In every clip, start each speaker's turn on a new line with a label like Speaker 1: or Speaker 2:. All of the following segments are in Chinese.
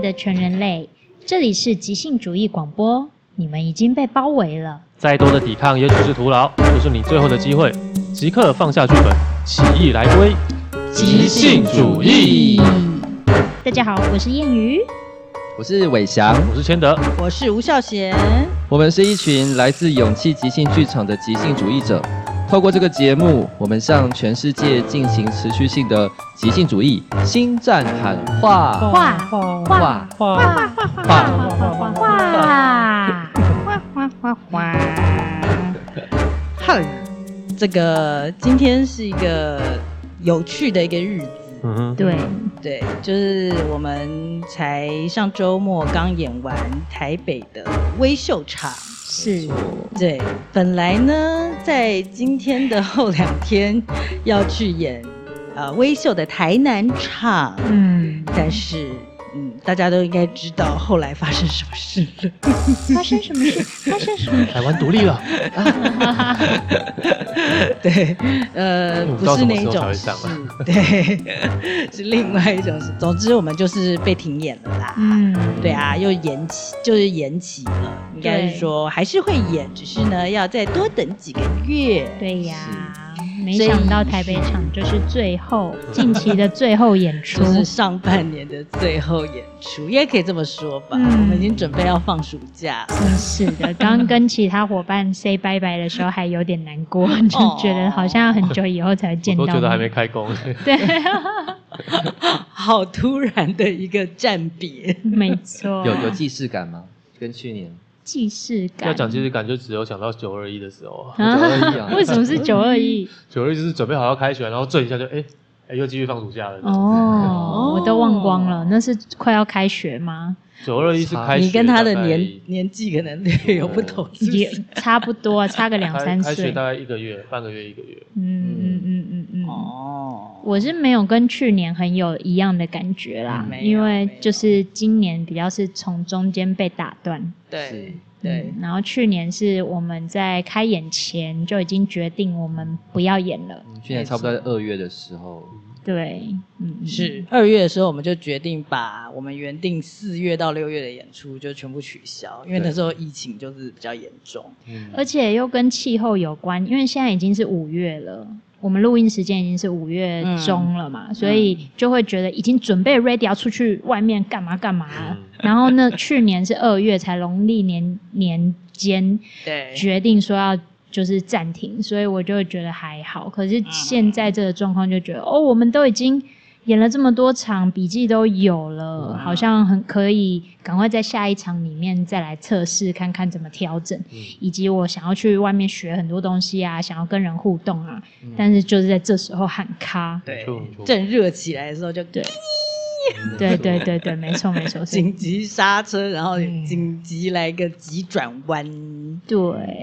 Speaker 1: 的全人类，这里是即兴主义广播，你们已经被包围了。
Speaker 2: 再多的抵抗也只是徒劳，这是你最后的机会，即刻放下剧本，起义来归。即兴主义
Speaker 1: 大家好，我是燕鱼，
Speaker 3: 我是伟翔，
Speaker 2: 我是千德，
Speaker 4: 我是吴孝贤，
Speaker 3: 我们是一群来自勇气即兴剧场的即兴主义者。透过这个节目，我们向全世界进行持续性的即兴主义新战喊话。
Speaker 1: 画
Speaker 4: 画
Speaker 1: 画
Speaker 2: 哇
Speaker 1: 画画画画画画
Speaker 4: 哗哗哗哗。好了，这个今天是一个有趣的一个日子，
Speaker 2: 嗯哼，
Speaker 1: 对，
Speaker 4: 对，就是我们才上周末刚演完台北的微秀场。
Speaker 1: 是
Speaker 4: 对，本来呢，在今天的后两天要去演呃微秀的台南场，
Speaker 1: 嗯，
Speaker 4: 但是嗯，大家都应该知道后来发生什么事了。
Speaker 1: 发生什么事？发生什么事？
Speaker 2: 台湾独立了，
Speaker 4: 对，呃，
Speaker 2: 我不知道
Speaker 4: 不是
Speaker 2: 嗯什么
Speaker 4: 那
Speaker 2: 时候才
Speaker 4: 种
Speaker 2: 会
Speaker 4: 事
Speaker 2: 上啊，
Speaker 4: 对， 是另外一种事。总之，我们就是被停演了啦。
Speaker 1: 嗯，
Speaker 4: 对，啊，又延期，就是延期了。应该是说还是会演，只是呢要再多等几个月。
Speaker 1: 对呀。没
Speaker 4: 所以
Speaker 1: 想到台北场这是最后近期的最后演出
Speaker 4: 就，是上半年的最后演出，也可以这么说吧。
Speaker 1: 嗯
Speaker 4: 我们已经准备要放暑假了。
Speaker 1: 真是的，刚跟其他伙伴 say 拜拜的时候还有点难
Speaker 4: 哦
Speaker 1: 过，就觉得好像很久以后才见到
Speaker 2: 我
Speaker 1: 你。
Speaker 2: 都觉得还没开工。
Speaker 1: 对，
Speaker 4: 好突然的一个暂别，
Speaker 1: 没错。
Speaker 3: 有有既视感吗？跟去年
Speaker 1: 既视感。
Speaker 2: 要讲即视感，就只有想到九二一的时候啊，
Speaker 1: 啊
Speaker 3: 921啊
Speaker 1: 为什么是九二 一？
Speaker 2: 九二一就是准备好要开学，然后震一下就哎哎又继续放暑假了。
Speaker 1: 哦，我都忘光了，那是快要开学吗？
Speaker 2: 九二一是啊开学，
Speaker 4: 你跟他的
Speaker 2: 大概
Speaker 4: 年年纪可能略有不同，是不
Speaker 1: 也
Speaker 4: 是？
Speaker 1: 差不 多，差个两
Speaker 2: 开
Speaker 1: 三
Speaker 2: 开学
Speaker 1: 岁。
Speaker 2: 大概一个月，半个月一个月。
Speaker 1: 嗯嗯嗯嗯嗯。
Speaker 4: 哦，
Speaker 1: 我是没有跟去年很有一样的感觉啦，
Speaker 4: 嗯没有
Speaker 1: 因为就是今年比较是从中间被打断，
Speaker 4: 对
Speaker 1: 嗯
Speaker 4: 对，
Speaker 1: 然后去年是我们在开演前就已经决定我们不要演了，
Speaker 3: 嗯去年差不多在二月的时候，
Speaker 1: 对，嗯，
Speaker 4: 是二月的时候，我们就决定把我们原定四月到六月的演出就全部取消，因为
Speaker 3: 对
Speaker 4: 那时候疫情就是比较严重。
Speaker 3: 嗯
Speaker 1: 而且又跟气候有关，因为现在已经是五月了，我们录音时间已经是五月中了嘛，所以就会觉得已经准备 ready 要出去外面干嘛干嘛了。
Speaker 2: 嗯
Speaker 1: 然后呢，去年是二月才农历年年间
Speaker 4: 对
Speaker 1: 决定说要。就是暂停，所以我就会觉得还好。可是现在这个状况就觉得，哦，我们都已经演了这么多场，笔记都有了，好像很可以赶快在下一场里面再来测试看看怎么调整。
Speaker 2: 嗯
Speaker 1: 以及我想要去外面学很多东西啊，想要跟人互动啊，但是就是在这时候喊卡。
Speaker 4: 对
Speaker 2: 没错没错，
Speaker 4: 正热起来的时候就
Speaker 1: 对对对对对，没错没错，所以
Speaker 4: 紧急刹车，然后
Speaker 1: 嗯
Speaker 4: 紧急来个急转弯。
Speaker 1: 对，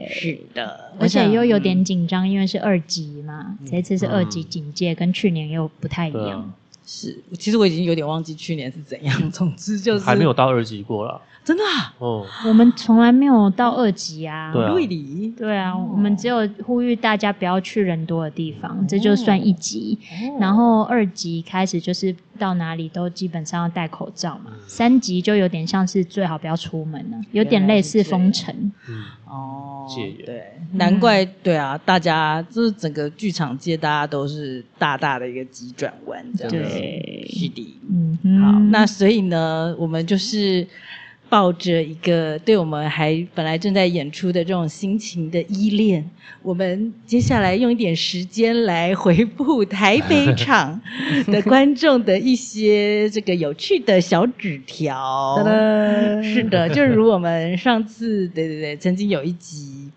Speaker 4: 是的，
Speaker 1: 而且又有点
Speaker 4: 嗯
Speaker 1: 紧张，因为是二级嘛，这次是二级警戒，跟去年又不太一
Speaker 2: 对
Speaker 1: 样
Speaker 2: 啊。
Speaker 4: 是，其实我已经有点忘记去年是怎
Speaker 1: 嗯
Speaker 4: 样。总之就是
Speaker 2: 还没有到二级过啦。
Speaker 4: 真的啊，
Speaker 2: 哦，
Speaker 1: 我们从来没有到二级啊。
Speaker 2: 对啊
Speaker 4: 瑞里
Speaker 1: 对啊，我
Speaker 4: 哦
Speaker 1: 们只有呼吁大家不要去人多的地方，这就
Speaker 4: 哦
Speaker 1: 算一级。然后二级开始就是到哪里都基本上要戴口罩嘛，三级就有点像是最好不要出门了，有点类似封城。
Speaker 2: 嗯，
Speaker 4: 哦，
Speaker 2: 戒严
Speaker 4: 对，难怪对啊，大家就是整个剧场界大家都是大大的一个急转弯，这样子
Speaker 1: 对
Speaker 4: 是的。
Speaker 1: 嗯哼，
Speaker 4: 好，那所以呢，我们就是抱着一个对我们还本来正在演出的这种心情的依恋，我们接下来用一点时间来回顾台北场的观众的一些这个有趣的小纸 条。是的，就如我们上次对对对，曾经有一集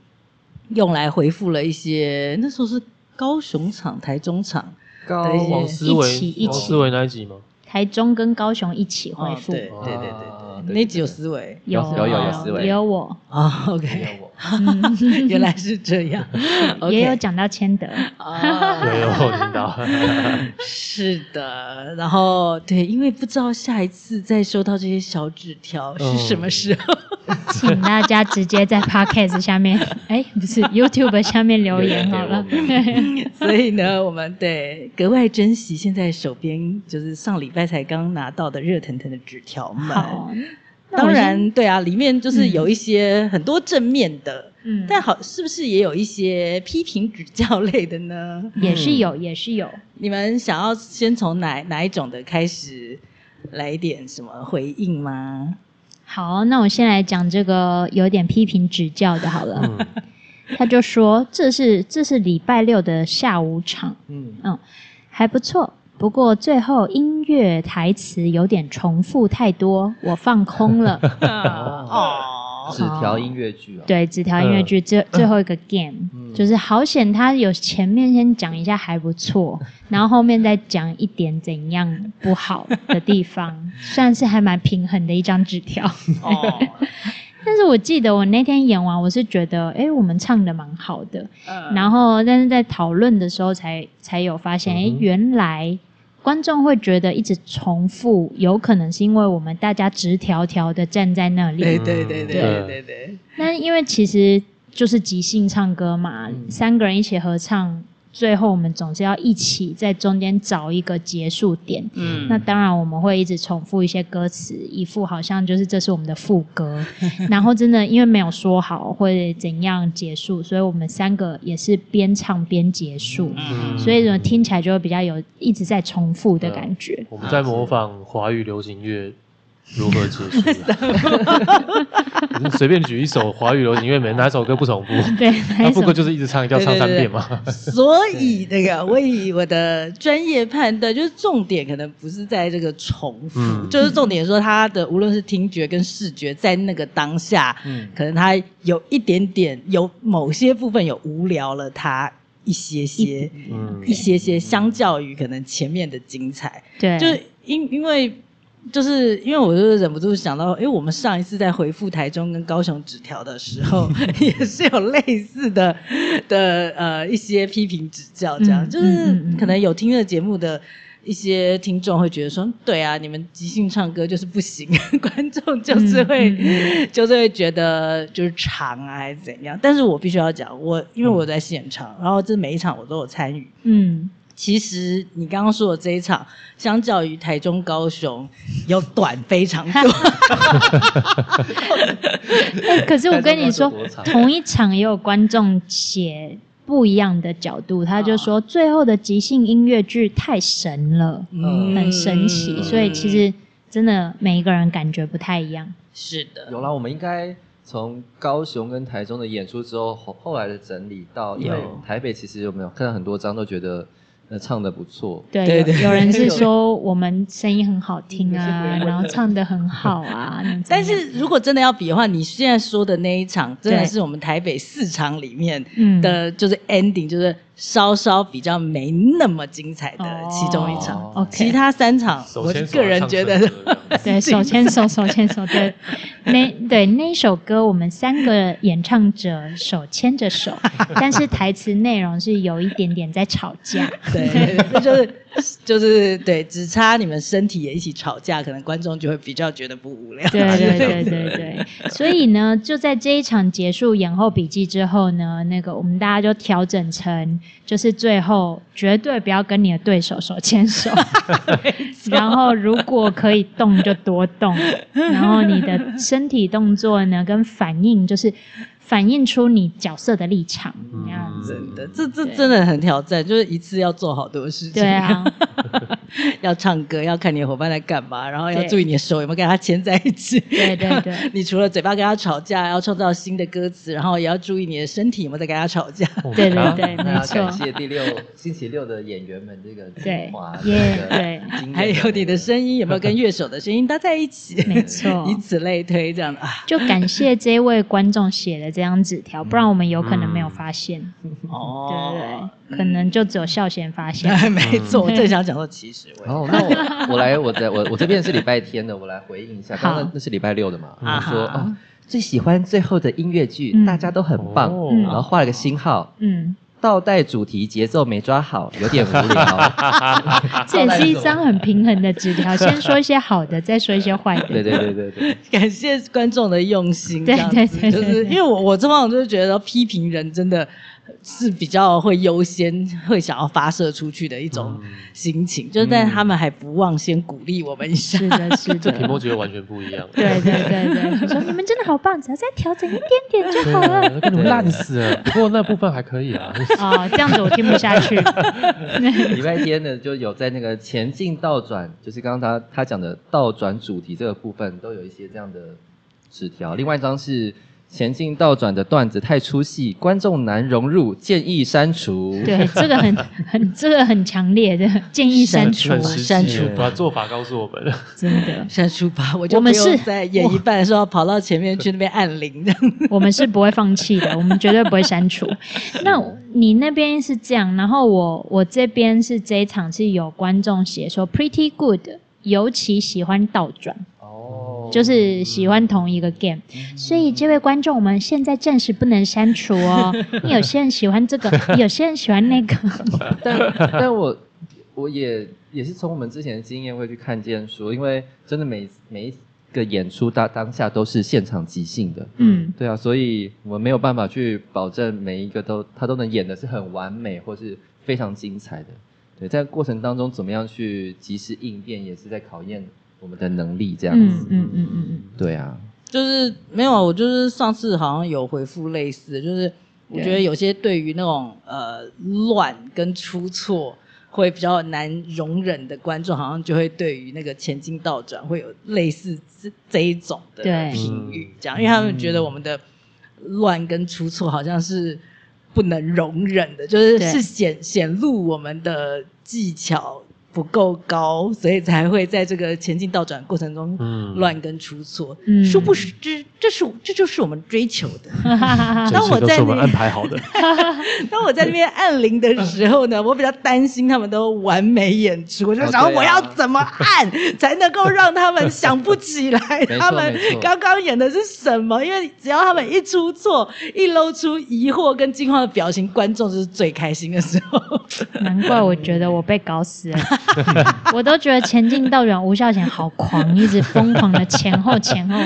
Speaker 4: 用来回复了一些那时候是高雄场、台中场。
Speaker 3: 高
Speaker 4: 对
Speaker 2: 王
Speaker 4: 是
Speaker 2: 思维
Speaker 1: 一起一，起
Speaker 2: 王思维那一集吗？
Speaker 1: 台中跟高雄一起恢复，
Speaker 4: 哦对对对
Speaker 3: 啊
Speaker 4: 对
Speaker 3: 对
Speaker 4: 对，那集有思维
Speaker 1: 有
Speaker 3: 有有
Speaker 1: 有
Speaker 3: 有思维
Speaker 1: 也有 我，
Speaker 4: 啊、o
Speaker 3: 没
Speaker 4: k
Speaker 3: 有我，
Speaker 1: 嗯
Speaker 4: 原来是这 样，
Speaker 1: 也有
Speaker 4: OK
Speaker 1: 讲到千德，
Speaker 4: 啊，
Speaker 2: 没有我听到。
Speaker 4: 是的。然后对，因为不知道下一次再收到这些小纸条是什么时候，
Speaker 1: 请大家直接在 podcast 下面， 哎，不是 YouTube 下面留言好了。
Speaker 2: 留言
Speaker 4: 所以呢，我们得格外珍惜现在手边就是上礼拜才刚拿到的热腾腾的纸条们。
Speaker 1: 好，哦那
Speaker 4: 当
Speaker 1: 我先
Speaker 4: 然，对啊，里面就是有一些很多正面的，
Speaker 1: 嗯，
Speaker 4: 但好是不是也有一些批评指教类的呢？
Speaker 1: 也是有，
Speaker 3: 嗯
Speaker 1: 也是有。
Speaker 4: 你们想要先从哪哪一种的开始来一点什么回应吗？
Speaker 1: 好，那我先来讲这个有点批评指教的，好了。
Speaker 2: 嗯，
Speaker 1: 他就说这是这是礼拜六的下午场，
Speaker 3: 嗯，
Speaker 1: 还不错。不过最后音乐台词有点重复太多，我放空了。
Speaker 4: 哦
Speaker 3: 纸条音乐剧啊，，
Speaker 1: 对，纸条音乐剧最最后一个 game，、
Speaker 3: 嗯
Speaker 1: 就是好险他有前面先讲一下还不 错，然后后面再讲一点怎样不好的地方， 算是还蛮平衡的一张纸条。
Speaker 4: 哦，
Speaker 1: 但是我记得我那天演完，我是觉得，哎，我们唱的蛮好的，
Speaker 2: 嗯
Speaker 4: 嗯
Speaker 1: 然后但是在讨论的时候才才有发现，哎、
Speaker 2: 嗯哼
Speaker 1: 原来观众会觉得一直重复，有可能是因为我们大家直条条的站在那里，
Speaker 4: 对对对对对
Speaker 2: 嗯
Speaker 4: 对对，
Speaker 1: 那因为其实就是即兴唱歌嘛，
Speaker 3: 嗯
Speaker 1: 三个人一起合唱，最后我们总是要一起在中间找一个结束点。
Speaker 4: 嗯
Speaker 1: 那当然，我们会一直重复一些歌词，一副好像就是这是我们的副歌，然后真的因为没有说好会怎样结束，所以我们三个也是边唱边结束，
Speaker 2: 嗯
Speaker 1: 所以呢听起来就会比较有一直在重复的感觉。
Speaker 2: 我们在模仿华语流行乐如何结束啊。你 随便举一首华语流行乐，每哪首歌不重复？
Speaker 1: 对，
Speaker 2: 那
Speaker 1: 那一
Speaker 2: 副
Speaker 1: 首
Speaker 2: 歌就是一直唱，要唱三遍嘛。
Speaker 4: 所以那个，我以我的专业判断，就是重点可能不是在这个重复，
Speaker 2: 嗯
Speaker 4: 就是重点说他的无论是听觉跟视觉，在那个当下，
Speaker 3: 嗯
Speaker 4: 可能他有一点点有某些部分有无聊了他一些些，
Speaker 2: 嗯
Speaker 4: 一些些，相较于可能前面的精彩，
Speaker 1: 对，
Speaker 4: 就因因为。就是因为我就是忍不住想到，哎，我们上一次在回复台中跟高雄纸条的时 候，也是有类似的的呃一些批评指教，这样、
Speaker 1: 嗯
Speaker 4: 就是
Speaker 1: 嗯嗯嗯
Speaker 4: 可能有听这节目的一些听众会觉得说，对啊，你们即兴唱歌就是不行， 观众就是会、
Speaker 1: 嗯嗯
Speaker 4: 就是会觉得就是长啊还是怎样。但是我必须要讲，我因为我在现场，然后这每一场我都有参与，
Speaker 1: 嗯，
Speaker 4: 其实你刚刚说的这一场，相较于台中、高雄，要短非常 多。
Speaker 1: 哎、可是我跟你说
Speaker 3: 但是那，首歌多长
Speaker 1: 同一场也有观众写不一样的角度，他就说最后的即兴音乐剧太神了，
Speaker 3: 嗯
Speaker 1: 很神奇，所以其实真的每一个人感觉不太一样。
Speaker 4: 是的，
Speaker 3: 有啦，我们应该从高雄跟台中的演出之后，后后来的整理到，因为
Speaker 4: 有
Speaker 3: 台北其实有没有看到很多张都觉得呃唱的不错，
Speaker 1: 对，
Speaker 4: 对对
Speaker 1: 有有人是说我们声音很好听啊，
Speaker 3: 有些
Speaker 1: 然后唱的很好啊，那种
Speaker 4: 但是如果真的要比的话，你现在说的那一场，真的
Speaker 1: 对
Speaker 4: 是我们台北四场里面
Speaker 1: 嗯
Speaker 4: 的，就是 ending，就是稍稍比较没那么精彩的
Speaker 1: 哦
Speaker 4: 其中一场。
Speaker 3: 哦
Speaker 1: ，OK，
Speaker 4: 其他三场，
Speaker 2: 手
Speaker 4: 我
Speaker 2: 牵手
Speaker 4: 个人
Speaker 2: 唱
Speaker 4: 觉
Speaker 2: 圣
Speaker 4: 得，
Speaker 2: 歌这样子
Speaker 1: 对，手牵手，手牵手，对，那对那一首歌，我们三个演唱者手牵着手，但是台词内容是有一点点在吵架。
Speaker 4: 对，那就是就是对，只差你们身体也一起吵架，可能观众就会比较觉得不无 聊。
Speaker 1: 对对对对对，所以呢，就在这一场结束演后笔记之后呢，那个我们大家就调整成，就是最后绝对不要跟你的对手手牵 手，然后如果可以动就多动，然后你的身体动作呢跟反应就是反映出你角色的立场，
Speaker 3: 嗯
Speaker 1: 这样子。
Speaker 4: 真的，这这
Speaker 1: 嗯对
Speaker 4: 真的很挑战，就是一次要做好多事情。
Speaker 1: 对，啊，
Speaker 4: 要唱歌，要看你的伙伴在干嘛，然后要
Speaker 1: 对
Speaker 4: 注意你的手有没有跟他牵在一起。
Speaker 1: 对对对。
Speaker 4: 你除了嘴巴跟他吵架，要创造新的歌词，然后也要注意你的身体有没有在跟他吵架。
Speaker 2: 哦
Speaker 1: 对对
Speaker 2: 啊
Speaker 1: 对，
Speaker 3: 那
Speaker 1: 没
Speaker 3: 要
Speaker 1: 错
Speaker 3: 感，谢第六 星期六的演员们这个
Speaker 1: 对
Speaker 3: 精华，
Speaker 1: 耶
Speaker 3: 这个
Speaker 1: 对
Speaker 3: 经验
Speaker 4: 还有你的声音有没有跟乐手的声音搭在一起？
Speaker 1: 没错，
Speaker 4: 以此类推，这样啊。
Speaker 1: 就感谢这位观众写的这张纸条，不然我们有可能没有发现，
Speaker 2: 嗯
Speaker 4: 哦，
Speaker 1: 对不对？可能就只有孝贤发 现。
Speaker 4: 哎 没错，我正想讲说，其实我也
Speaker 3: 哦，那我我来，我在我我这边是礼拜天的，我来回应一下。刚
Speaker 1: 好
Speaker 3: 刚那是礼拜六的嘛，
Speaker 4: 啊
Speaker 3: 我
Speaker 4: 哈
Speaker 3: 说哦，最喜欢最后的音乐剧，
Speaker 1: 嗯
Speaker 3: 大家都很棒
Speaker 2: 哦，
Speaker 3: 然后画了个星号。
Speaker 1: 嗯，
Speaker 3: 倒带主题节奏没抓好，有点无聊。
Speaker 2: 啊
Speaker 1: 这也是一张很平衡的纸条，先说一些好的，再说一些坏的。
Speaker 3: 对对对对对，
Speaker 4: 感谢观众的用心，
Speaker 1: 对
Speaker 4: 这样子
Speaker 1: 对对对
Speaker 4: 就是因为我我这方面就是觉得批评人真的是比较会优先会想要发射出去的一种心情，就是但他们还不忘先鼓励我们一下，
Speaker 1: 是的，是
Speaker 2: 这题
Speaker 1: 的。
Speaker 2: 目觉得完全不一样。
Speaker 1: 对对对对，我说你们真的好棒，只要再调整一点点就好 了。
Speaker 2: 对，啊跟你们烂死了。不过那部分还可以啊，
Speaker 1: 哦，这样子我听不下 去。
Speaker 3: 礼拜天呢就有在那个前进倒转，就是刚刚他他讲的倒转主题这个部分，都有一些这样的纸条。另外一张是前进倒转的段子太出戏，观众难融入，建议删除。
Speaker 1: 对，这个很很这个很强烈的建议删除，啊
Speaker 2: 很实际
Speaker 4: 删除
Speaker 2: 把做法告诉我们。
Speaker 1: 真的，
Speaker 4: 删除吧，我就
Speaker 1: 我们
Speaker 4: 不用
Speaker 1: 是
Speaker 4: 再演一半的时候跑到前面去那边按铃的。
Speaker 1: 我们是不会放弃的，我们绝对不会删除。那你那边是这样，然后我我这边是这一场是有观众写说 pretty good，尤其喜欢倒转。
Speaker 3: 哦
Speaker 1: 就是喜欢同一个 game，、所以这位观众，我们现在暂时不能删除哦。因为有些人喜欢这个，有些人喜欢那个，
Speaker 3: 但但我我也也是从我们之前的经验会去看见说，因为真的每每一个演出当当下都是现场即兴的，
Speaker 1: 嗯，
Speaker 3: 对啊，所以我们没有办法去保证每一个都他都能演的是很完美或是非常精彩的。对，在过程当中怎么样去及时应变，也是在考验我们的能力这样
Speaker 1: 嗯
Speaker 3: 子。
Speaker 1: 嗯嗯嗯嗯，
Speaker 3: 对啊，
Speaker 4: 就是没有，我就是上次好像有回复类似的，就是我觉得有些对于那种呃乱跟出错会比较难容忍的观众，好像就会对于那个前进倒转会有类似这这一种的
Speaker 1: 对
Speaker 4: 评语，这样，因为他们觉得我们的乱跟出错好像是不能容忍的，就是
Speaker 1: 对
Speaker 4: 是显显露我们的技巧不够高，所以才会在这个前进倒转过程中
Speaker 2: 嗯
Speaker 4: 乱跟出错。
Speaker 1: 嗯
Speaker 4: 殊不知，这是这就是我们追求的。
Speaker 1: 啊
Speaker 2: 这
Speaker 4: 当
Speaker 2: 些
Speaker 4: 我
Speaker 2: 都
Speaker 4: 在
Speaker 2: 是我们
Speaker 4: 那
Speaker 2: 安排好的。
Speaker 4: 当我在那边按铃的时候呢，我比较担心他们都完美演出，我就
Speaker 3: 哦
Speaker 4: 想
Speaker 3: 对啊
Speaker 4: 我要怎么按 才能够让他们想不起来
Speaker 3: 错
Speaker 4: 他们
Speaker 3: 没错
Speaker 4: 刚刚演的是什么，因为只要他们一 出错，一露出疑惑跟惊慌的表情，观众就是最开心的时 候。
Speaker 1: 难怪我觉得我被搞死了， 我都觉得前进到远吴孝贤好狂，一直疯狂的前后前后，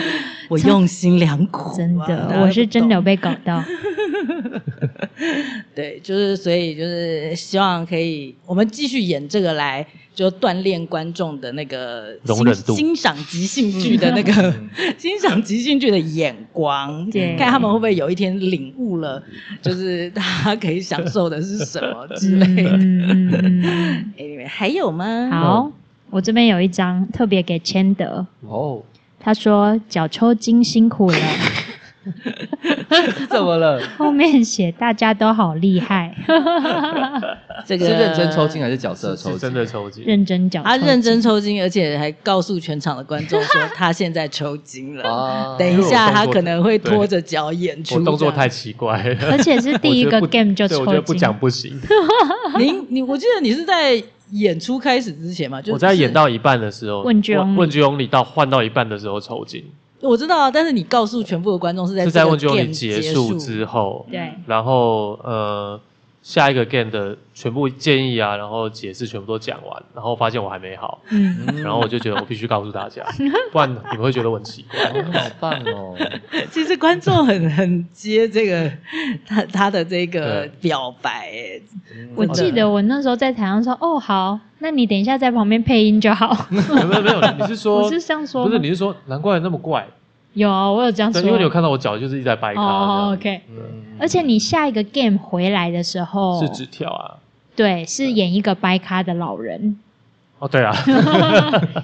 Speaker 4: 我用心良苦啊、
Speaker 1: 真
Speaker 4: 大家
Speaker 1: 的，
Speaker 4: 都
Speaker 1: 我是真的有
Speaker 4: 懂
Speaker 1: 被搞 到，
Speaker 4: 对，就是所以就是希望可以我们继续演这个来，就锻炼观众的那个
Speaker 2: 容
Speaker 4: 欣
Speaker 2: 忍度
Speaker 4: 欣赏即兴
Speaker 1: 嗯
Speaker 4: 剧的那个 欣赏即兴剧的眼光，
Speaker 1: 对
Speaker 4: 看他们会不会有一天领悟了，就是他可以享受的是什么之类的。
Speaker 1: 嗯嗯嗯
Speaker 4: 哎，你们还有吗？
Speaker 1: 嗯，好，我这边有一张特别给千德，
Speaker 3: 哦，
Speaker 1: 他说脚抽筋辛苦了。
Speaker 3: 怎么了？
Speaker 1: 后面写大家都好厉害，
Speaker 4: 这
Speaker 3: 是
Speaker 4: 个
Speaker 3: 认真抽筋还是角色抽
Speaker 2: 是
Speaker 3: 筋？
Speaker 2: 真的抽筋，
Speaker 1: 认真讲，
Speaker 4: 他啊认真抽筋，而且还告诉全场的观众说他现在抽筋了。
Speaker 3: 啊，
Speaker 4: 等一下，他
Speaker 2: 哦因为我动作
Speaker 4: 可能会
Speaker 2: 对
Speaker 4: 拖着脚演出。
Speaker 2: 我动作
Speaker 4: 这样
Speaker 2: 太奇怪了。
Speaker 1: 而且是第一
Speaker 2: 我觉
Speaker 1: 个
Speaker 2: 得不
Speaker 1: game 就
Speaker 2: 对
Speaker 1: 抽
Speaker 2: 我觉得不
Speaker 1: 筋，
Speaker 2: 讲 不行。
Speaker 4: 您你，我记得你是在演出开始之前嘛？就
Speaker 2: 我在演，到一半的时候，
Speaker 1: 问句
Speaker 2: 问
Speaker 1: 翁
Speaker 2: 问句翁里到换到一半的时候抽筋，
Speaker 4: 我知道啊，但是你告诉全部的观众是在
Speaker 2: 是
Speaker 4: 这
Speaker 2: 在
Speaker 4: 个
Speaker 2: 问句翁里
Speaker 4: game
Speaker 2: 结
Speaker 4: 束
Speaker 2: 束之后，
Speaker 1: 对，
Speaker 2: 然后呃下一个 game 的全部建议啊，然后解释全部都讲完，然后发现我还没好，
Speaker 1: 嗯，
Speaker 3: 哦
Speaker 2: 然后我就觉得我必须告诉大 家，不然你们会觉得我很奇怪。
Speaker 3: 哦好棒哦！
Speaker 4: 其实观众很很接这个他他的这个
Speaker 2: 对
Speaker 4: 表白、欸，
Speaker 3: 嗯
Speaker 1: 我记得我那时候在台上说，哦好，那你等一下在旁边配音就好，
Speaker 2: 没有没有，你是说
Speaker 1: 我是这样说
Speaker 2: 不是
Speaker 1: 吗，
Speaker 2: 你是说难怪那么怪？
Speaker 1: 有啊我有这样说
Speaker 2: 但，因为你有看到我脚就是一直在掰开，
Speaker 1: 哦
Speaker 2: 这样
Speaker 1: ，OK，
Speaker 3: 嗯
Speaker 1: 而且你下一个 game 回来的时候，
Speaker 2: 是纸条啊。
Speaker 1: 对，是演一个掰咖的老人，
Speaker 2: 哦，对啊，。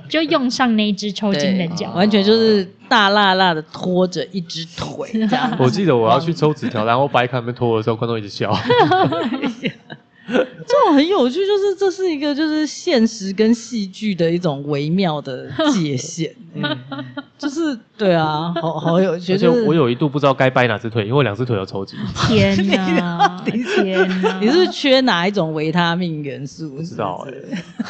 Speaker 1: 就用上那一只抽筋的
Speaker 4: 对
Speaker 1: 脚，
Speaker 4: 完全就是大辣辣的拖着一只腿这样
Speaker 2: 我记得我要去抽纸条，然 后掰开门拖的时候，观众一直笑。
Speaker 4: 这种很有趣，就是这是一嗯个就是现实跟戏剧的一种微妙的界限。就是对啊，好好有趣。
Speaker 2: 而且
Speaker 4: 就是
Speaker 2: 我有一度不知道该掰哪只腿，因为我两只腿有抽筋，
Speaker 1: 天哪，天哪！
Speaker 4: 你是缺哪一种维他命元素？不
Speaker 2: 知道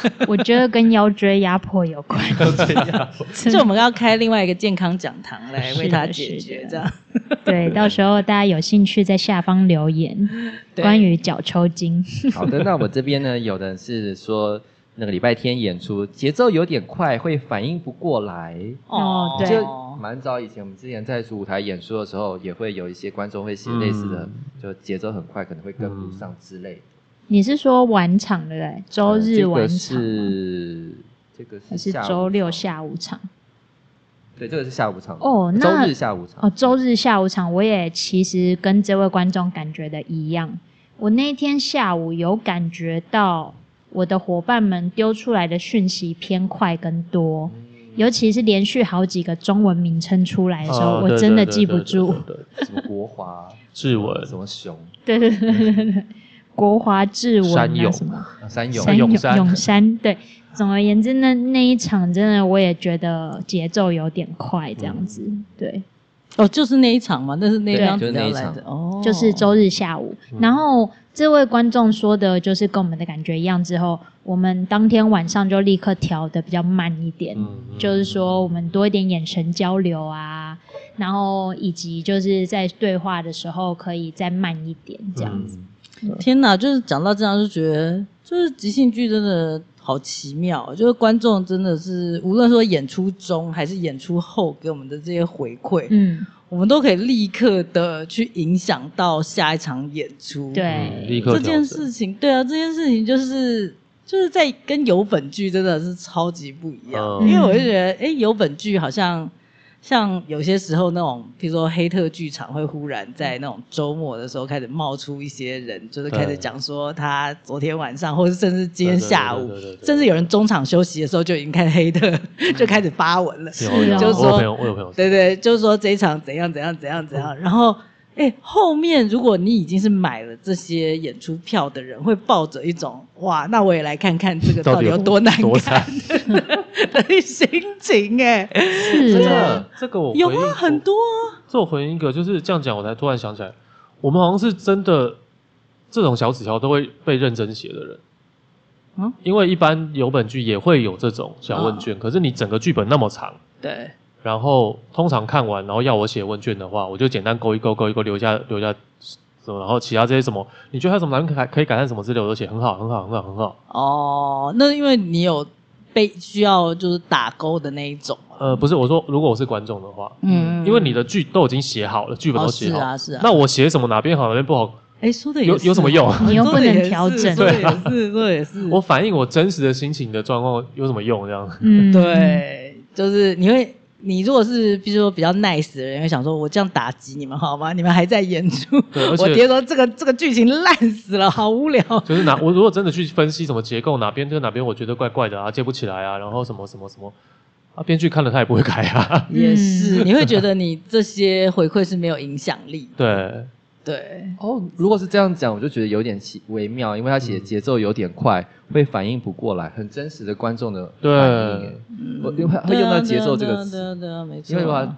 Speaker 2: 哎、
Speaker 1: 我觉得跟腰椎压迫有关，
Speaker 3: 欸
Speaker 4: 就我们要开另外一个健康讲堂来
Speaker 1: 是
Speaker 4: 为它
Speaker 1: 的是
Speaker 4: 解决
Speaker 1: 的
Speaker 4: 这样。
Speaker 1: 对，到时候大家有兴趣在下方留言
Speaker 4: 对
Speaker 1: 关于脚抽筋，
Speaker 3: 好的，那我这边呢，有的是说那个礼拜天演出节奏有点快，会反应不过来。
Speaker 1: 哦对
Speaker 3: 就蛮早以前，我们之前在舞台演出的时候，也会有一些观众会写类似的，
Speaker 2: 嗯
Speaker 3: 就节奏很快，可能会跟不上之类的。
Speaker 1: 你是说晚场对不对？周日晚场
Speaker 3: 呃
Speaker 1: 吗
Speaker 3: 这个是这
Speaker 1: 还
Speaker 3: 个
Speaker 1: 是
Speaker 3: 下午
Speaker 1: 周六
Speaker 3: 场？
Speaker 1: 下午场？
Speaker 3: 对，这个是下午场
Speaker 1: 哦那
Speaker 3: 周日下午场
Speaker 1: 哦，周日下午场，我也其实跟这位观众感觉的一样。我那天下午有感觉到我的伙伴们丢出来的讯息偏快跟多，
Speaker 2: 嗯
Speaker 1: 尤其是连续好几个中文名称出来的时候，
Speaker 2: 啊
Speaker 1: 我
Speaker 2: 对
Speaker 1: 真的
Speaker 2: 对对
Speaker 1: 记不
Speaker 2: 对对
Speaker 1: 住。
Speaker 2: 对对
Speaker 3: 什么国华、
Speaker 2: 志文
Speaker 3: 什么熊、
Speaker 1: 对对对对对对，国华志文
Speaker 2: 山
Speaker 1: 啊
Speaker 2: 友
Speaker 1: 什么。
Speaker 3: 啊山
Speaker 1: 山
Speaker 2: 永
Speaker 1: 永
Speaker 2: 山
Speaker 1: 永山对。总而言之呢，那一场真的我也觉得节奏有点快，这样子。
Speaker 2: 嗯
Speaker 1: 对，
Speaker 4: 哦，就是那一场嘛，那是那
Speaker 1: 对
Speaker 4: 张
Speaker 3: 就
Speaker 4: 纸
Speaker 3: 是那
Speaker 4: 要
Speaker 3: 一
Speaker 4: 来
Speaker 3: 场
Speaker 4: 的哦，
Speaker 1: 就是周日下午。
Speaker 2: 嗯
Speaker 1: 然后这位观众说的，就是跟我们的感觉一样。之后我们当天晚上就立刻调的比较慢一点，
Speaker 2: 嗯
Speaker 1: 就是说我们多一点眼神交流啊，然后以及就是在对话的时候可以再慢一点这样
Speaker 2: 嗯
Speaker 1: 子。
Speaker 4: 天哪，就是讲到这样就觉得，就是即兴剧真的好奇妙，啊就是观众真的是无论说演出中还是演出后给我们的这些回馈，
Speaker 1: 嗯，
Speaker 4: 我们都可以立刻的去影响到下一场演出。
Speaker 2: 嗯
Speaker 1: 对，
Speaker 2: 立刻
Speaker 4: 这件
Speaker 2: 调整
Speaker 4: 事情，对啊，这件事情就是就是在跟有本剧真的是超级不一样，
Speaker 2: 嗯
Speaker 4: 因为我就觉得，哎、有本剧好像像有些时候那种，比如说黑特剧场会忽然在那种周末的时候开始冒出一些人，就是开始
Speaker 2: 对
Speaker 4: 讲说他昨天晚上，或者甚至今天
Speaker 2: 对对对
Speaker 4: 下午
Speaker 2: 对对对，对
Speaker 4: 甚至有人中场休息的时候就已经看黑特 就开始发文了，
Speaker 2: 有有，
Speaker 1: 就是
Speaker 2: 我有
Speaker 4: 说
Speaker 2: 朋友，我有朋友，
Speaker 4: 对对，就是说这一场怎样怎样怎样怎
Speaker 2: 嗯
Speaker 4: 样，然后。哎、后面如果你已经是买了这些演出票的人，会抱着一种哇，那我也来看看这个
Speaker 2: 到
Speaker 4: 到底
Speaker 2: 底有
Speaker 4: 有多难
Speaker 2: 多
Speaker 4: 看
Speaker 2: 惨
Speaker 4: 的心情哎、
Speaker 1: 是
Speaker 2: 真
Speaker 1: 啊，
Speaker 2: 的，这个 我
Speaker 4: 有
Speaker 2: 回应
Speaker 4: 啊，很多啊，
Speaker 2: 这我回应一个，就是这样讲，我才突然想起来，我们好像是真的这种小纸条都会被认真写的人。
Speaker 4: 嗯啊
Speaker 2: 因为一般有本剧也会有这种小问卷，可是你整个剧本那么长，
Speaker 4: 对，
Speaker 2: 然后通常看完，然后要我写问卷的话，我就简单勾一勾，勾一勾，留下留下什么，然后其他这些什么，你觉得还有什么难改可以改善什么之类，我都写很好，很好，很好，很好。
Speaker 4: 哦，那因为你有被需要就是打勾的那一种，
Speaker 2: 呃，不是，我说如果我是观众的话，
Speaker 4: 嗯
Speaker 2: 因为你的剧都已经写好了，剧本
Speaker 4: 哦
Speaker 2: 都写
Speaker 4: 是
Speaker 2: 好，
Speaker 4: 啊是啊
Speaker 2: 那我写什么哪边好哪边不好，
Speaker 4: 哎、说的也
Speaker 2: 有
Speaker 4: 是
Speaker 2: 有什么用
Speaker 4: 哦
Speaker 1: 你又
Speaker 4: 说
Speaker 1: 不
Speaker 4: 的
Speaker 1: 能
Speaker 4: 也
Speaker 1: 调
Speaker 4: 是
Speaker 1: 整
Speaker 4: 说的
Speaker 2: 对啊
Speaker 4: 也是，说的也是，
Speaker 2: 我反映我真实的心情的状况有什么用？ 这样，
Speaker 1: 嗯，，
Speaker 4: 对，就是你会，你如果是比如说比较 nice 的人，会想说，我这样打击你们好吗？你们还在演出，
Speaker 2: 对而且
Speaker 4: 我爹说这个这个剧情烂死了，好 无聊。
Speaker 2: 就是哪我如果真的去分析什么结构哪边这个哪边我觉得怪怪的啊，接不起来啊，然后什么什么什么啊，编剧看了他也不会改啊，
Speaker 4: 也是，你会觉得你这些回馈是没有影响力。
Speaker 2: 对，
Speaker 4: 对，
Speaker 3: 哦，如果是这样讲，我就觉得有点奇微妙，因为他写节奏有点快，
Speaker 1: 嗯
Speaker 3: 会反应不过来，很真实的观众的反
Speaker 2: 对
Speaker 3: 应耶。
Speaker 1: 嗯
Speaker 3: 我因为会会用到节奏这
Speaker 4: 对
Speaker 3: 个
Speaker 4: 啊对啊
Speaker 3: 词，
Speaker 4: 对啊，没错
Speaker 3: 因为话。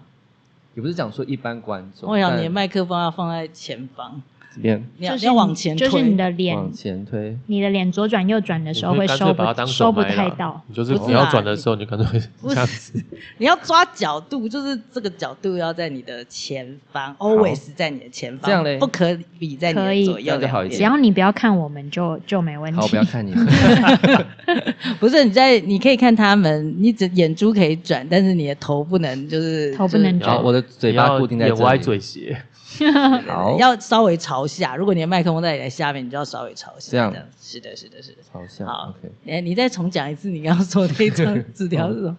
Speaker 3: 也不是讲说一般观众，
Speaker 4: 我想
Speaker 3: 但
Speaker 4: 你的麦克风要放在前方，
Speaker 3: 这边
Speaker 4: 你要
Speaker 1: 就是
Speaker 4: 你要往前推。
Speaker 1: 就是你的脸
Speaker 3: 往前推，
Speaker 1: 你的脸左转右转的时候
Speaker 2: 你
Speaker 1: 会
Speaker 2: 就干脆
Speaker 1: 收
Speaker 2: 把它
Speaker 1: 不
Speaker 2: 当
Speaker 1: 收
Speaker 2: 手
Speaker 1: 不
Speaker 2: 麦啦
Speaker 1: 太到，
Speaker 2: 你就是
Speaker 4: 不是
Speaker 2: 你要
Speaker 4: 啦
Speaker 2: 转的时候你干脆
Speaker 4: 不
Speaker 2: 这
Speaker 4: 是
Speaker 2: 样子，
Speaker 4: 你要抓角度，就是这个角度要在你的前方，always 在你的前方，
Speaker 3: 这样嘞
Speaker 4: 不可比在你
Speaker 1: 可
Speaker 4: 的
Speaker 1: 以
Speaker 4: 左
Speaker 3: 这
Speaker 4: 右
Speaker 3: 样就好
Speaker 4: 两
Speaker 3: 一
Speaker 4: 边
Speaker 1: 只要你不要看我们就就没问
Speaker 3: 好，不
Speaker 1: 题
Speaker 3: 要。 看你，
Speaker 4: 不是你在，你可以看他们，你只眼珠可以转，但是你的头不能就是
Speaker 1: 头不能
Speaker 3: 然后我的 嘴
Speaker 2: 你
Speaker 3: 巴
Speaker 2: 要
Speaker 3: 固定在这
Speaker 2: 眼
Speaker 3: 里，
Speaker 2: 歪嘴斜，
Speaker 4: 就是
Speaker 3: 好
Speaker 4: 要稍微朝下。如果你的麦克风在你的下面，你就要稍微朝下。
Speaker 3: 这样
Speaker 4: 是的，是的，是的。
Speaker 3: 朝下
Speaker 4: 好
Speaker 3: ，OK。
Speaker 4: 哎，你再重讲一次你刚刚说的那 张纸条是什么？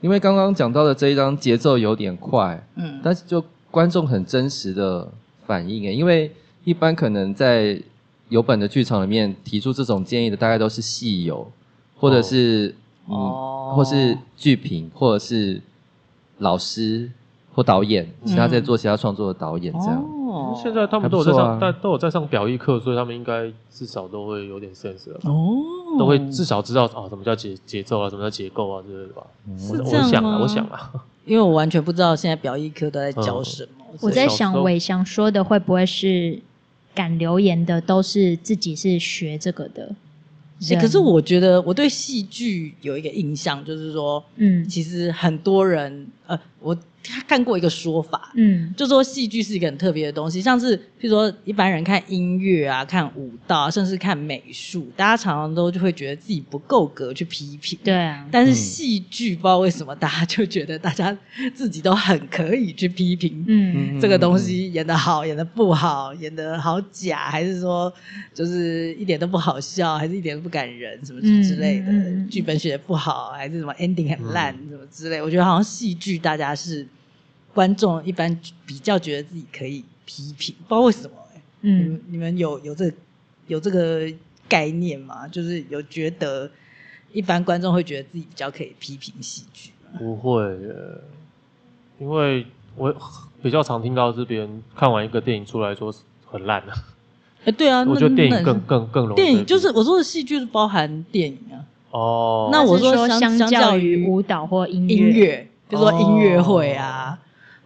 Speaker 3: 因为刚刚讲到的这一张节奏有点快，
Speaker 4: 嗯，
Speaker 3: 但是就观众很真实的反应耶，欸因为一般可能在有本的剧场里面提出这种建议的，大概都是戏友，或者是、
Speaker 4: 哦
Speaker 3: 嗯，或是剧评，或者是老师或导演，其他在做其他创作的导演这样。
Speaker 4: 嗯哦
Speaker 2: 现在他们
Speaker 3: 还
Speaker 2: 都
Speaker 3: 不
Speaker 2: 有在
Speaker 3: 错
Speaker 2: 上，
Speaker 3: 啊
Speaker 2: 但都有在上表意课，所以他们应该至少都会有点 sense 了吧，
Speaker 4: 哦
Speaker 2: 哦都会至少知道啊什么叫节节奏啊，什么叫结构啊之类的吧。
Speaker 3: 嗯
Speaker 4: 是
Speaker 2: 我
Speaker 4: 这样
Speaker 2: 我想啊，
Speaker 4: 吗
Speaker 2: 我想啊，
Speaker 4: 因为我完全不知道现在表艺课都在教
Speaker 2: 嗯
Speaker 4: 什么。
Speaker 1: 我
Speaker 4: 所以
Speaker 1: 在
Speaker 2: 小时
Speaker 1: 想，
Speaker 2: 候
Speaker 1: 伟翔说的会不会是敢留言的都是自己是学这个的
Speaker 4: 欸
Speaker 1: 人？
Speaker 4: 可是我觉得我对戏剧有一个印象，就是说，
Speaker 1: 嗯
Speaker 4: 其实很多人，呃，我看过一个说法，
Speaker 1: 嗯
Speaker 4: 就说戏剧是一个很特别的东西，像是譬如说一般人看音乐啊、看舞蹈、啊，甚至看美术，大家常常都就会觉得自己不够格去批评。
Speaker 1: 对啊，
Speaker 4: 但是
Speaker 3: 嗯
Speaker 4: 戏剧不知道为什么，大家就觉得大家自己都很可以去批评
Speaker 1: 嗯
Speaker 4: 这个东西演得好，演得不好，演得好假，还是说就是一点都不好笑，还是一点都不感人，什么
Speaker 1: 嗯
Speaker 4: 之类的，
Speaker 1: 嗯嗯嗯
Speaker 4: 剧本写得不好，还是什么 ending 很烂，
Speaker 2: 嗯
Speaker 4: 什么之类。我觉得好像戏剧大家是观众一般比较觉得自己可以批评，不知道为什么、欸
Speaker 1: 嗯
Speaker 4: 你们你们有有这有这个概念吗？就是有觉得一般观众会觉得自己比较可以批评戏剧吗？
Speaker 2: 不会耶，因为我比较常听到是别人看完一个电影出来说是很烂的、
Speaker 4: 哎、对啊，
Speaker 2: 我
Speaker 4: 那
Speaker 2: 觉得电
Speaker 4: 那
Speaker 2: 影更更更容易被批评。
Speaker 4: 电影就是我说的戏剧是包含电影啊，
Speaker 2: 哦，
Speaker 4: 那我
Speaker 1: 是
Speaker 4: 说
Speaker 1: 说
Speaker 4: 相
Speaker 1: 相
Speaker 4: 相较
Speaker 1: 较
Speaker 4: 于
Speaker 1: 于舞蹈或音哦
Speaker 4: 音乐，比如说音乐会啊，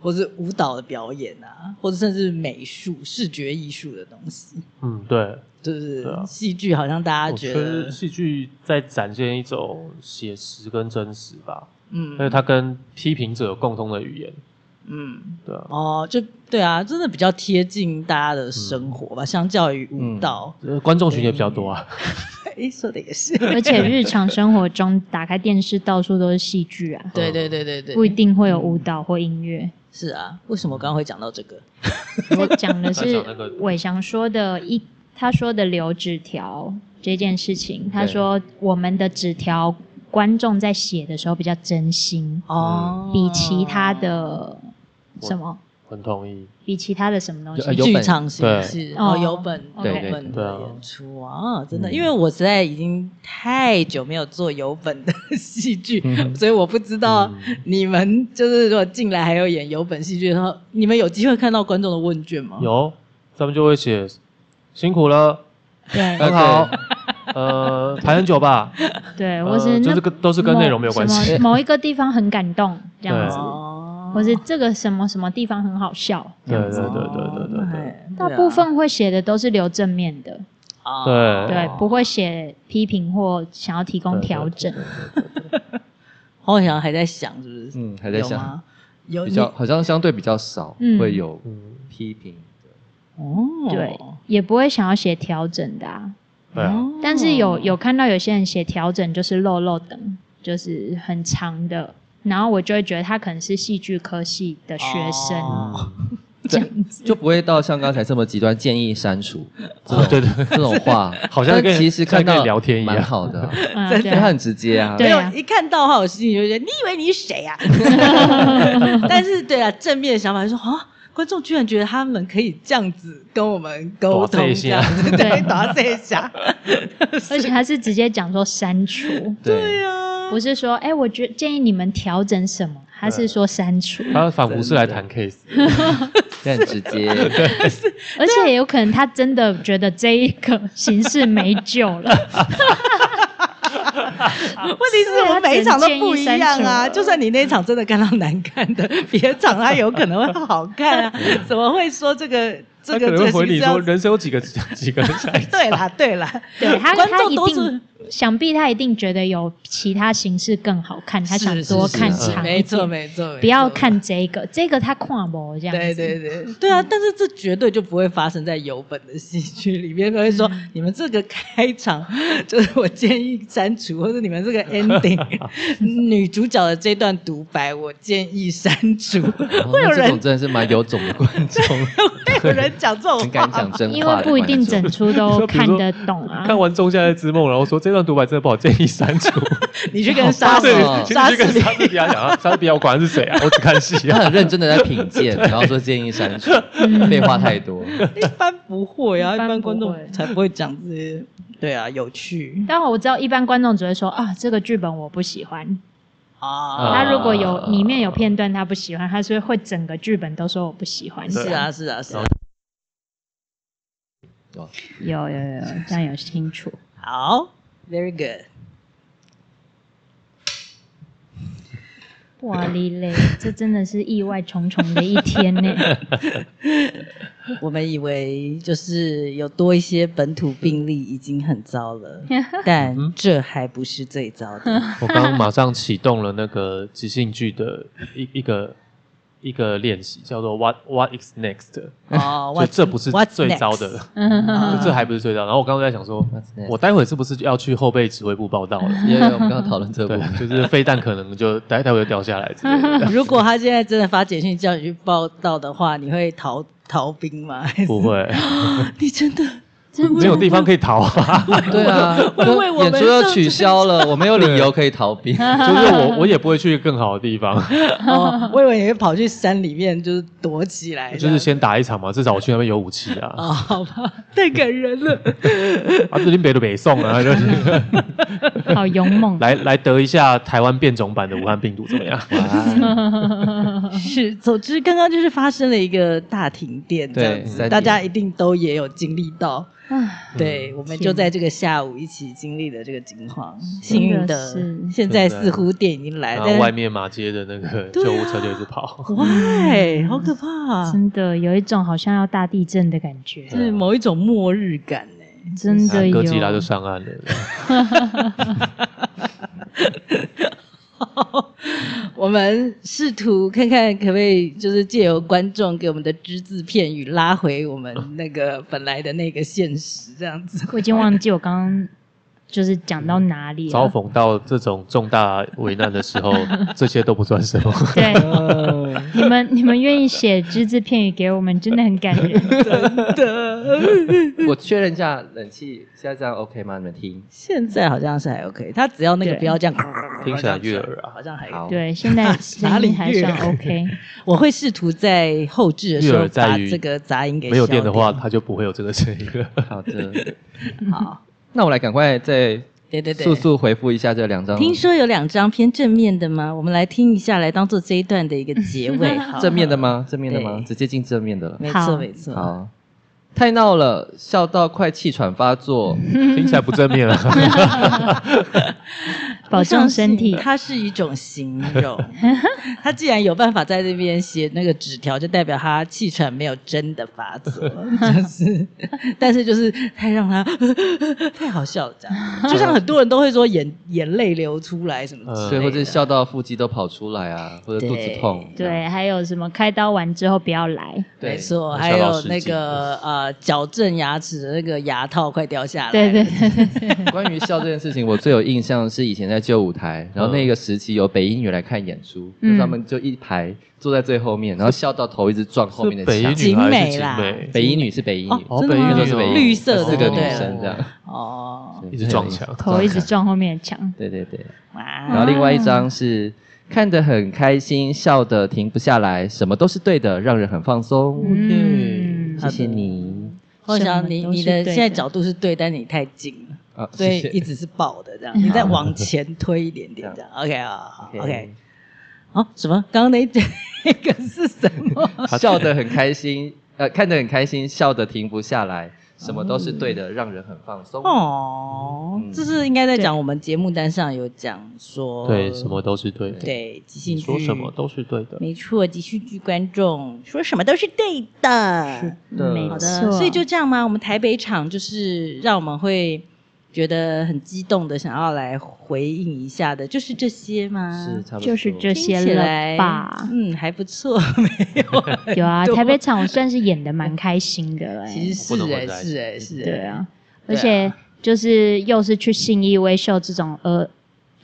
Speaker 4: 或是舞蹈的表演啊，或者甚至美术、视觉艺术的东西，
Speaker 2: 嗯对，
Speaker 4: 就是
Speaker 2: 对啊
Speaker 4: 戏剧好像大
Speaker 2: 我
Speaker 4: 家
Speaker 2: 觉
Speaker 4: 觉
Speaker 2: 得
Speaker 4: 得，
Speaker 2: 戏剧在展现一种写实跟真实吧，因为
Speaker 4: 嗯
Speaker 2: 它跟批评者有共通的语言，
Speaker 4: 嗯，
Speaker 2: 对啊，
Speaker 4: 哦，就对啊，真的比较贴近大家
Speaker 2: 嗯
Speaker 4: 的生活吧，相较于舞蹈，
Speaker 2: 呃观众群也比较多啊。
Speaker 4: 哎，说的也是，
Speaker 2: 嗯
Speaker 1: 而且日常生活中打开电视到处都是戏剧啊，
Speaker 2: 嗯
Speaker 4: 对对对对对，
Speaker 1: 不一定会有舞蹈或音 乐。
Speaker 4: 是啊，为什么我刚刚会讲到这个？
Speaker 1: 我讲的
Speaker 2: 在
Speaker 1: 是
Speaker 2: 讲那个
Speaker 1: 伟翔说的一，他说的留纸条这件事情，他说我们的纸条观众在写的时候比较真心，
Speaker 2: 嗯
Speaker 4: 哦，
Speaker 1: 比其他的
Speaker 2: 我
Speaker 1: 什么，
Speaker 2: 很同意，
Speaker 1: 比其他的什么东
Speaker 3: 呃
Speaker 1: 西
Speaker 3: 有，
Speaker 4: 剧
Speaker 3: 本
Speaker 4: 场形
Speaker 2: 对
Speaker 4: 式
Speaker 1: 哦
Speaker 4: 哦，有本
Speaker 1: 对
Speaker 4: 有
Speaker 3: 对
Speaker 4: 本
Speaker 2: 对
Speaker 4: 的
Speaker 2: 啊
Speaker 4: 演出啊，真的，
Speaker 3: 嗯
Speaker 4: 因为我实在已经太久没有做有本的 戏剧，所以我不知道
Speaker 2: 嗯
Speaker 4: 你们就是如果进来还有演有本戏剧的话，你们有机会看到观众的问卷吗？
Speaker 2: 有他们就会写辛苦了，
Speaker 1: 对
Speaker 2: 很好，呃，排很久 吧，
Speaker 4: 哎
Speaker 1: 对，
Speaker 2: 呃
Speaker 1: 或是
Speaker 2: 就
Speaker 1: 那
Speaker 2: 是跟都是跟内容没有关系
Speaker 1: 什。么某一个地方很感动这样子，
Speaker 4: 哦，
Speaker 1: 或是这个什么什么地方很好笑，
Speaker 2: 对对对对对对对，
Speaker 4: 哎
Speaker 1: 大部分会写的都是留正面的，
Speaker 4: 啊
Speaker 2: 对
Speaker 1: 对，不会写批评或想要提供调整。
Speaker 4: 黄伟翔还在哦想是不是？
Speaker 3: 嗯，还在
Speaker 4: 有
Speaker 3: 想，
Speaker 4: 吗有
Speaker 3: 比
Speaker 4: 你
Speaker 3: 较好像相对比较少
Speaker 1: 嗯
Speaker 3: 会有
Speaker 2: 嗯，
Speaker 3: 批评的，
Speaker 4: 哦，
Speaker 1: 对，也不会想要写调整的、啊。
Speaker 2: 对啊，
Speaker 4: 哦
Speaker 1: 但是有有看到有些人写调整就是漏漏等，就是很长的，然后我就会觉得他可能是戏剧科系的学生，
Speaker 4: 哦
Speaker 2: 嗯
Speaker 1: 这样子。
Speaker 3: 就不会到像刚才这么极端，建议删除这
Speaker 4: 哦
Speaker 3: 种
Speaker 2: 对对
Speaker 3: 这种话，
Speaker 2: 好像
Speaker 3: 但
Speaker 2: 跟
Speaker 3: 其实看
Speaker 2: 像
Speaker 3: 到
Speaker 2: 跟聊天一样
Speaker 3: 蛮好的啊，
Speaker 1: 嗯，
Speaker 4: 真
Speaker 1: 对
Speaker 3: 因为他很直接啊，
Speaker 1: 对
Speaker 4: 没有
Speaker 1: 啊
Speaker 4: 一看到的话，我心里就觉得你以为你是谁啊？ 但是对啊，正面的想法就说啊，观众居然觉得他们可以这样子跟我们沟
Speaker 2: 打这
Speaker 4: 通，
Speaker 2: 一
Speaker 4: 这
Speaker 2: 下
Speaker 4: 样子 对，
Speaker 1: 对
Speaker 4: 打这一下，
Speaker 1: 而且他是直接讲说删除，
Speaker 3: 对，
Speaker 4: 啊
Speaker 1: 不是说哎、我觉建议你们调整什么，他是说删除，
Speaker 2: 他仿佛是来谈 case，
Speaker 3: 这很直 接，哦
Speaker 1: 而且有可能他真的觉得这一个形式没救 了，
Speaker 4: 问题是我们每一场都不一样
Speaker 1: 是啊
Speaker 4: 啊，
Speaker 1: 建议删除
Speaker 4: 就算你那一场真的看到难看的， 别的场它有可能会好看 啊， 怎么会说这个这
Speaker 2: 他可
Speaker 4: 个这
Speaker 2: 能
Speaker 4: 个
Speaker 2: 会回你
Speaker 4: 形式要
Speaker 2: 说人生有几个几个下一次
Speaker 4: 对啦对啦，
Speaker 1: 对他
Speaker 4: 观
Speaker 1: 他
Speaker 4: 众
Speaker 1: 一
Speaker 4: 都是
Speaker 1: 定。想必他一定觉得有其他形式更好看，他想
Speaker 4: 是是
Speaker 1: 多
Speaker 4: 是
Speaker 1: 看
Speaker 4: 是
Speaker 1: 长一
Speaker 2: 嗯
Speaker 4: 没
Speaker 1: 点
Speaker 4: 错。没错，没
Speaker 1: 不要
Speaker 4: 错
Speaker 1: 看这个，这个他看不这样子。
Speaker 4: 对 对对，对啊，但是这绝对就不会发生在有本的戏剧里面。可能会说、
Speaker 1: 嗯
Speaker 4: 你们这个开场， 就是我建议删除，或者你们这个 ending，女主角的这段独白，我建议删除。
Speaker 3: 哦
Speaker 4: 会有
Speaker 3: 那这
Speaker 4: 人
Speaker 3: 种真的是蛮有种的观众，
Speaker 4: 会有人讲这种
Speaker 3: 很
Speaker 4: 话
Speaker 3: 敢讲真话的观众，
Speaker 1: 因为不一定整出都看 得懂啊。
Speaker 2: 看完《仲夏夜之梦》，然后说这段独白真的不好，建议删除。
Speaker 4: 你去跟莎士
Speaker 2: 对，
Speaker 3: 哦
Speaker 2: 其
Speaker 4: 莎
Speaker 2: 实
Speaker 4: 士
Speaker 2: 就跟
Speaker 4: 比
Speaker 2: 莎士比亚讲啊，莎士比亚我管他是谁啊，我只看戏
Speaker 3: 他
Speaker 2: 啊。
Speaker 3: 很认真的在品鉴，然后说建议删除，废话太多。
Speaker 4: 一般不会啊，一
Speaker 1: 一般
Speaker 4: 般观
Speaker 1: 不会
Speaker 4: 众才不会讲这些。对啊，有趣
Speaker 1: 但我知道一般观众只会说啊，这个剧本我不喜欢。
Speaker 4: 啊
Speaker 3: 啊。
Speaker 1: 他如果有里面有片段他不喜欢，他是会整个剧本都说我不喜欢。
Speaker 4: 是啊，，是啊，是啊。
Speaker 3: 哦
Speaker 1: 有有有，这样有清楚。
Speaker 4: 好，very good。
Speaker 1: 哇哩嘞， 这真的是意外重重的一天呢。
Speaker 4: 我们以为就是有多一些本土病例已经很糟了，
Speaker 2: 嗯
Speaker 4: 但这还不是最糟 的。
Speaker 2: 我刚马上启动了那个即兴剧的一一个一个练习，叫做 What What is next？
Speaker 4: 哦
Speaker 2: 就这不是最糟的，
Speaker 1: 嗯
Speaker 2: 就这还不是最糟。然后我刚刚在想说，
Speaker 3: What's next？
Speaker 2: 我待会是不是要去后备指挥部报道了？
Speaker 3: 因为我们刚刚讨论这部
Speaker 2: 对，就是飞弹可能就待待会就掉下来之类 的。
Speaker 4: 如果他现在真的发简讯叫你去报道的话，你会逃逃兵吗？还是
Speaker 2: 不会，
Speaker 4: 你真的
Speaker 2: 没有地方可以逃啊！
Speaker 3: 对啊，
Speaker 4: 我为我
Speaker 3: 演
Speaker 4: 们
Speaker 3: 出要取消了，我没有理由可以逃避。
Speaker 2: 就是我，我也不会去更好的地方，
Speaker 4: 哦，我以为你会跑去山里面就是躲起来这
Speaker 2: 就
Speaker 4: 样，
Speaker 2: 是先打一场嘛，至少我去那边有武器啊。
Speaker 4: 哦，好吧，太感人了。
Speaker 2: 啊，最近别的北宋 啊，就是
Speaker 1: 好勇猛，
Speaker 2: 来来得一下台湾变种版的武汉病毒怎么样？
Speaker 3: 哇
Speaker 4: 是，总之刚刚就是发生了一个大停电，这样
Speaker 3: 对，
Speaker 4: 子，
Speaker 3: 三
Speaker 4: 大家
Speaker 3: 点
Speaker 4: 一定都也有经历
Speaker 1: 唉
Speaker 4: 到。
Speaker 2: 嗯
Speaker 4: 对，我们就在这个下午一起经历了这个惊慌，幸
Speaker 1: 真
Speaker 4: 运
Speaker 1: 的
Speaker 4: 的
Speaker 1: 是，
Speaker 4: 现在
Speaker 2: 真的
Speaker 4: 似乎电已经 来，啊
Speaker 2: 然
Speaker 4: 但
Speaker 2: 后
Speaker 4: 是
Speaker 2: 外面马街的那个救护车就一直跑。啊
Speaker 4: 喂，好可怕啊，
Speaker 1: 真的有一种好像要大地震的感觉，
Speaker 4: 是某一种末日感呢。
Speaker 1: 真
Speaker 2: 啊
Speaker 1: 的有
Speaker 2: 哥。吉拉就上岸了，
Speaker 4: 我们试图看看可不可以，就是借由观众给我们的只字片语，拉回我们那个本来的那个现实，这样子。
Speaker 1: 我已经忘记我刚刚就是讲到哪里
Speaker 2: 遭
Speaker 1: 了。
Speaker 2: 逢到这种重大危难的 时候，这些都不算什么。
Speaker 1: 对，你们你们愿意写只字片语给我们，真的很感人。
Speaker 3: 我确认一下冷气，现在这样 OK 吗？你们听，
Speaker 4: 现在好像是还 OK，他只要那个
Speaker 1: 对
Speaker 4: 不要这样，
Speaker 2: 听起来悦耳啊
Speaker 4: 好像还
Speaker 3: 好，
Speaker 1: 对，现在声音还算 OK。
Speaker 4: 我会试图在后置的时
Speaker 2: 悦
Speaker 4: 候
Speaker 2: 耳在
Speaker 4: 把
Speaker 2: 于
Speaker 4: 这个杂音给
Speaker 2: 没有电
Speaker 4: 消
Speaker 2: 的话，它就不会有这个声音了。
Speaker 3: 好的。
Speaker 4: 掉。好，
Speaker 3: 那我来赶快再
Speaker 4: 对对对，
Speaker 3: 速速回复一下这两张
Speaker 4: 听说有两张偏正面的吗？我们来听一下，来当做这一段的一个结尾。 好
Speaker 3: 正面的？吗？正面的吗
Speaker 4: 对？嗯
Speaker 3: 直接进正面的了。
Speaker 4: 没
Speaker 1: 好
Speaker 4: 错没错。
Speaker 3: 好，太闹了，笑到快气喘发作。
Speaker 4: 嗯
Speaker 2: 听起来不正面啊了。
Speaker 1: 保重身体
Speaker 4: 我相信它是一种形 容。他既然有办法在这边写那个纸条，就代表他气喘没有真的发 作，就是，但是就是太让他 太好笑了，这样。就像很多人都会说眼眼泪流出来什么之类的，
Speaker 3: 所以嗯或者笑到腹肌都跑出来啊，或者肚子痛。
Speaker 1: 对，还有什么开刀完之后不要来？
Speaker 3: 对
Speaker 4: 没错，
Speaker 2: 我
Speaker 4: 还
Speaker 2: 笑到
Speaker 4: 有
Speaker 2: 失
Speaker 4: 那
Speaker 2: 禁
Speaker 4: 个呃矫正牙齿的那个牙套快掉下来，
Speaker 1: 对对对 对对，
Speaker 3: 关于笑这件事情，我最有印象是以前在旧舞台，
Speaker 4: 嗯
Speaker 3: 然后那个时期有北音女来看演出，
Speaker 1: 嗯
Speaker 3: 就是他们就一排坐在最后面，然后笑到头一直撞后面的
Speaker 2: 北
Speaker 3: 墙。
Speaker 2: 一女还是
Speaker 4: 景美
Speaker 2: 景
Speaker 4: 啦
Speaker 2: 美？
Speaker 3: 北音女是北音女，
Speaker 4: 哦
Speaker 2: 哦，
Speaker 4: 真
Speaker 2: 北
Speaker 4: 的
Speaker 2: 一
Speaker 4: 吗
Speaker 2: 女
Speaker 3: 都
Speaker 2: 就是是
Speaker 3: 北
Speaker 2: 北
Speaker 3: 一
Speaker 2: 一
Speaker 3: 女，
Speaker 2: 女
Speaker 4: 绿色的
Speaker 3: 四个
Speaker 4: 就
Speaker 3: 女
Speaker 4: 对了
Speaker 3: 生这样，
Speaker 4: 哦，
Speaker 3: 对
Speaker 2: 一直撞墙
Speaker 1: 头一直。撞后面的墙。
Speaker 3: 对对
Speaker 4: 啊
Speaker 3: 对，然后
Speaker 4: 哇，
Speaker 3: 另外一张是看得很开心，笑得停不下来，什么都是对的，让人很放松。
Speaker 1: 嗯
Speaker 3: 谢谢你
Speaker 4: 我想你
Speaker 1: 什么都是
Speaker 4: 你的
Speaker 1: 对的
Speaker 4: 现在角度是对，但你太近了，
Speaker 3: 啊，
Speaker 4: 所以
Speaker 3: 谢谢
Speaker 4: 一直是爆的这样，你再往前推一点点这样，OK 啊
Speaker 3: OK
Speaker 4: ，OK，好，什么？刚刚那一 那个是什么？
Speaker 3: 笑得很开心，呃，看得很开心，笑得停不下来，什么都是对的，让人很放松。
Speaker 4: 哦，
Speaker 2: 嗯
Speaker 4: 这是应该在讲我们节目单上有讲说，
Speaker 2: 对，什么都是对的。
Speaker 4: 哦对即兴
Speaker 2: 你
Speaker 4: 剧
Speaker 2: 说什么都是对的。
Speaker 4: 没错，集训剧观众说什么都是对的，
Speaker 3: 的
Speaker 1: 没
Speaker 3: 好
Speaker 1: 错，
Speaker 4: 所以就这样吗？我们台北场就是让我们会觉得很激动的，想要来回应一下的，就是这些吗？
Speaker 3: 是，差不多
Speaker 1: 就是这
Speaker 4: 听起
Speaker 1: 些了
Speaker 4: 来
Speaker 1: 吧？
Speaker 4: 嗯，还不错， 没有很
Speaker 1: 有 啊，
Speaker 4: 多
Speaker 1: 台北场我算是演的蛮开心 的哎、
Speaker 4: 其实
Speaker 2: 不
Speaker 4: 是
Speaker 2: 能
Speaker 4: 哎、
Speaker 2: 混在一起
Speaker 4: 是哎、是哎、
Speaker 1: 对啊，
Speaker 4: 对
Speaker 1: 而
Speaker 4: 啊
Speaker 1: 且就是又是去信义威秀这种呃，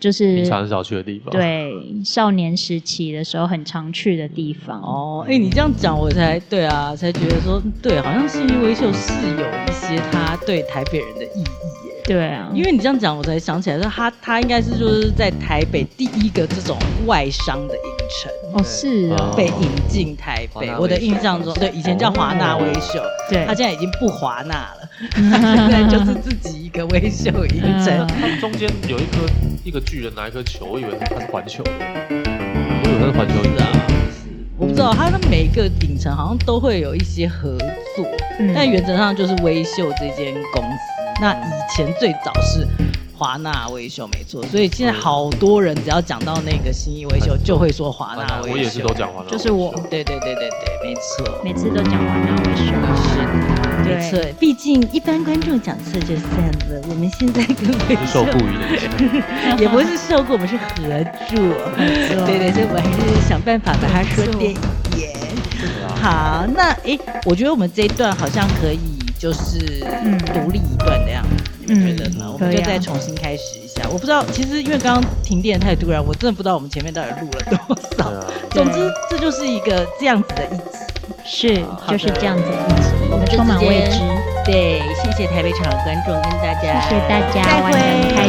Speaker 1: 就是
Speaker 2: 平常很少去的地方。，
Speaker 1: 对少年时期的时候很常去的地方。
Speaker 4: 哦，哎、你这样讲我才对啊，才觉得说对，好像信义威秀是有一些他对台北人的意义耶。
Speaker 1: 对啊，
Speaker 4: 因为你这样讲，我才想起来说他他应该是就是在台北第一个这种外商的影城。
Speaker 1: 哦是哦，
Speaker 4: 被引进台
Speaker 3: 华纳威，
Speaker 4: 北
Speaker 3: 秀哦
Speaker 4: 我的印象中，对以前叫华纳威秀，
Speaker 1: 对，
Speaker 4: 他 现在已经不华纳 了，现在啊就是自己一个威秀影城。
Speaker 1: 嗯
Speaker 3: 嗯
Speaker 2: 它中间有一颗一个巨人拿一颗球，我以为它是环球的，我以为它是环球
Speaker 4: 是
Speaker 2: 的。
Speaker 1: 嗯
Speaker 4: 啊，我不知道，他的每一个影城好像都会有一些合作，
Speaker 1: 嗯
Speaker 4: 但原则上就是威秀这间公司。那以前最早是华纳维修没错，所以现在好多人只要讲到那个新义维修，就会说华纳维修。
Speaker 2: 嗯我也是都讲完了，
Speaker 1: 就是我
Speaker 4: 对对对对对，没错，
Speaker 1: 每次都讲完了，我
Speaker 4: 是
Speaker 1: 说
Speaker 4: 的，
Speaker 1: 对
Speaker 4: 没错。毕竟一般观众讲错就算了，我们现在根本
Speaker 2: 是受雇于 人，
Speaker 4: 也不是受雇，我们是合作。对对，所以我们还是想办法把它说对一点。好，那诶，我觉得我们这一段好像可以就是
Speaker 1: 嗯
Speaker 4: 独立一段的样子，你们觉得呢？
Speaker 1: 嗯
Speaker 4: 我们就
Speaker 1: 可以啊
Speaker 4: 再重新开始一下。我不知道，其实因为刚刚停电太突然，我真的不知道我们前面到底录了多
Speaker 2: 对
Speaker 4: 少。
Speaker 2: 啊，
Speaker 4: 总之，这就是一个这样子的一集。
Speaker 1: 是
Speaker 4: 好
Speaker 1: 就是
Speaker 4: 的
Speaker 1: 这样子的一集，
Speaker 4: 我们就
Speaker 1: 充满
Speaker 4: 直接
Speaker 1: 未知。
Speaker 4: 对，谢谢台北场的观众跟大家，
Speaker 1: 谢谢大
Speaker 4: 再
Speaker 1: 家
Speaker 4: 会
Speaker 1: 玩得很开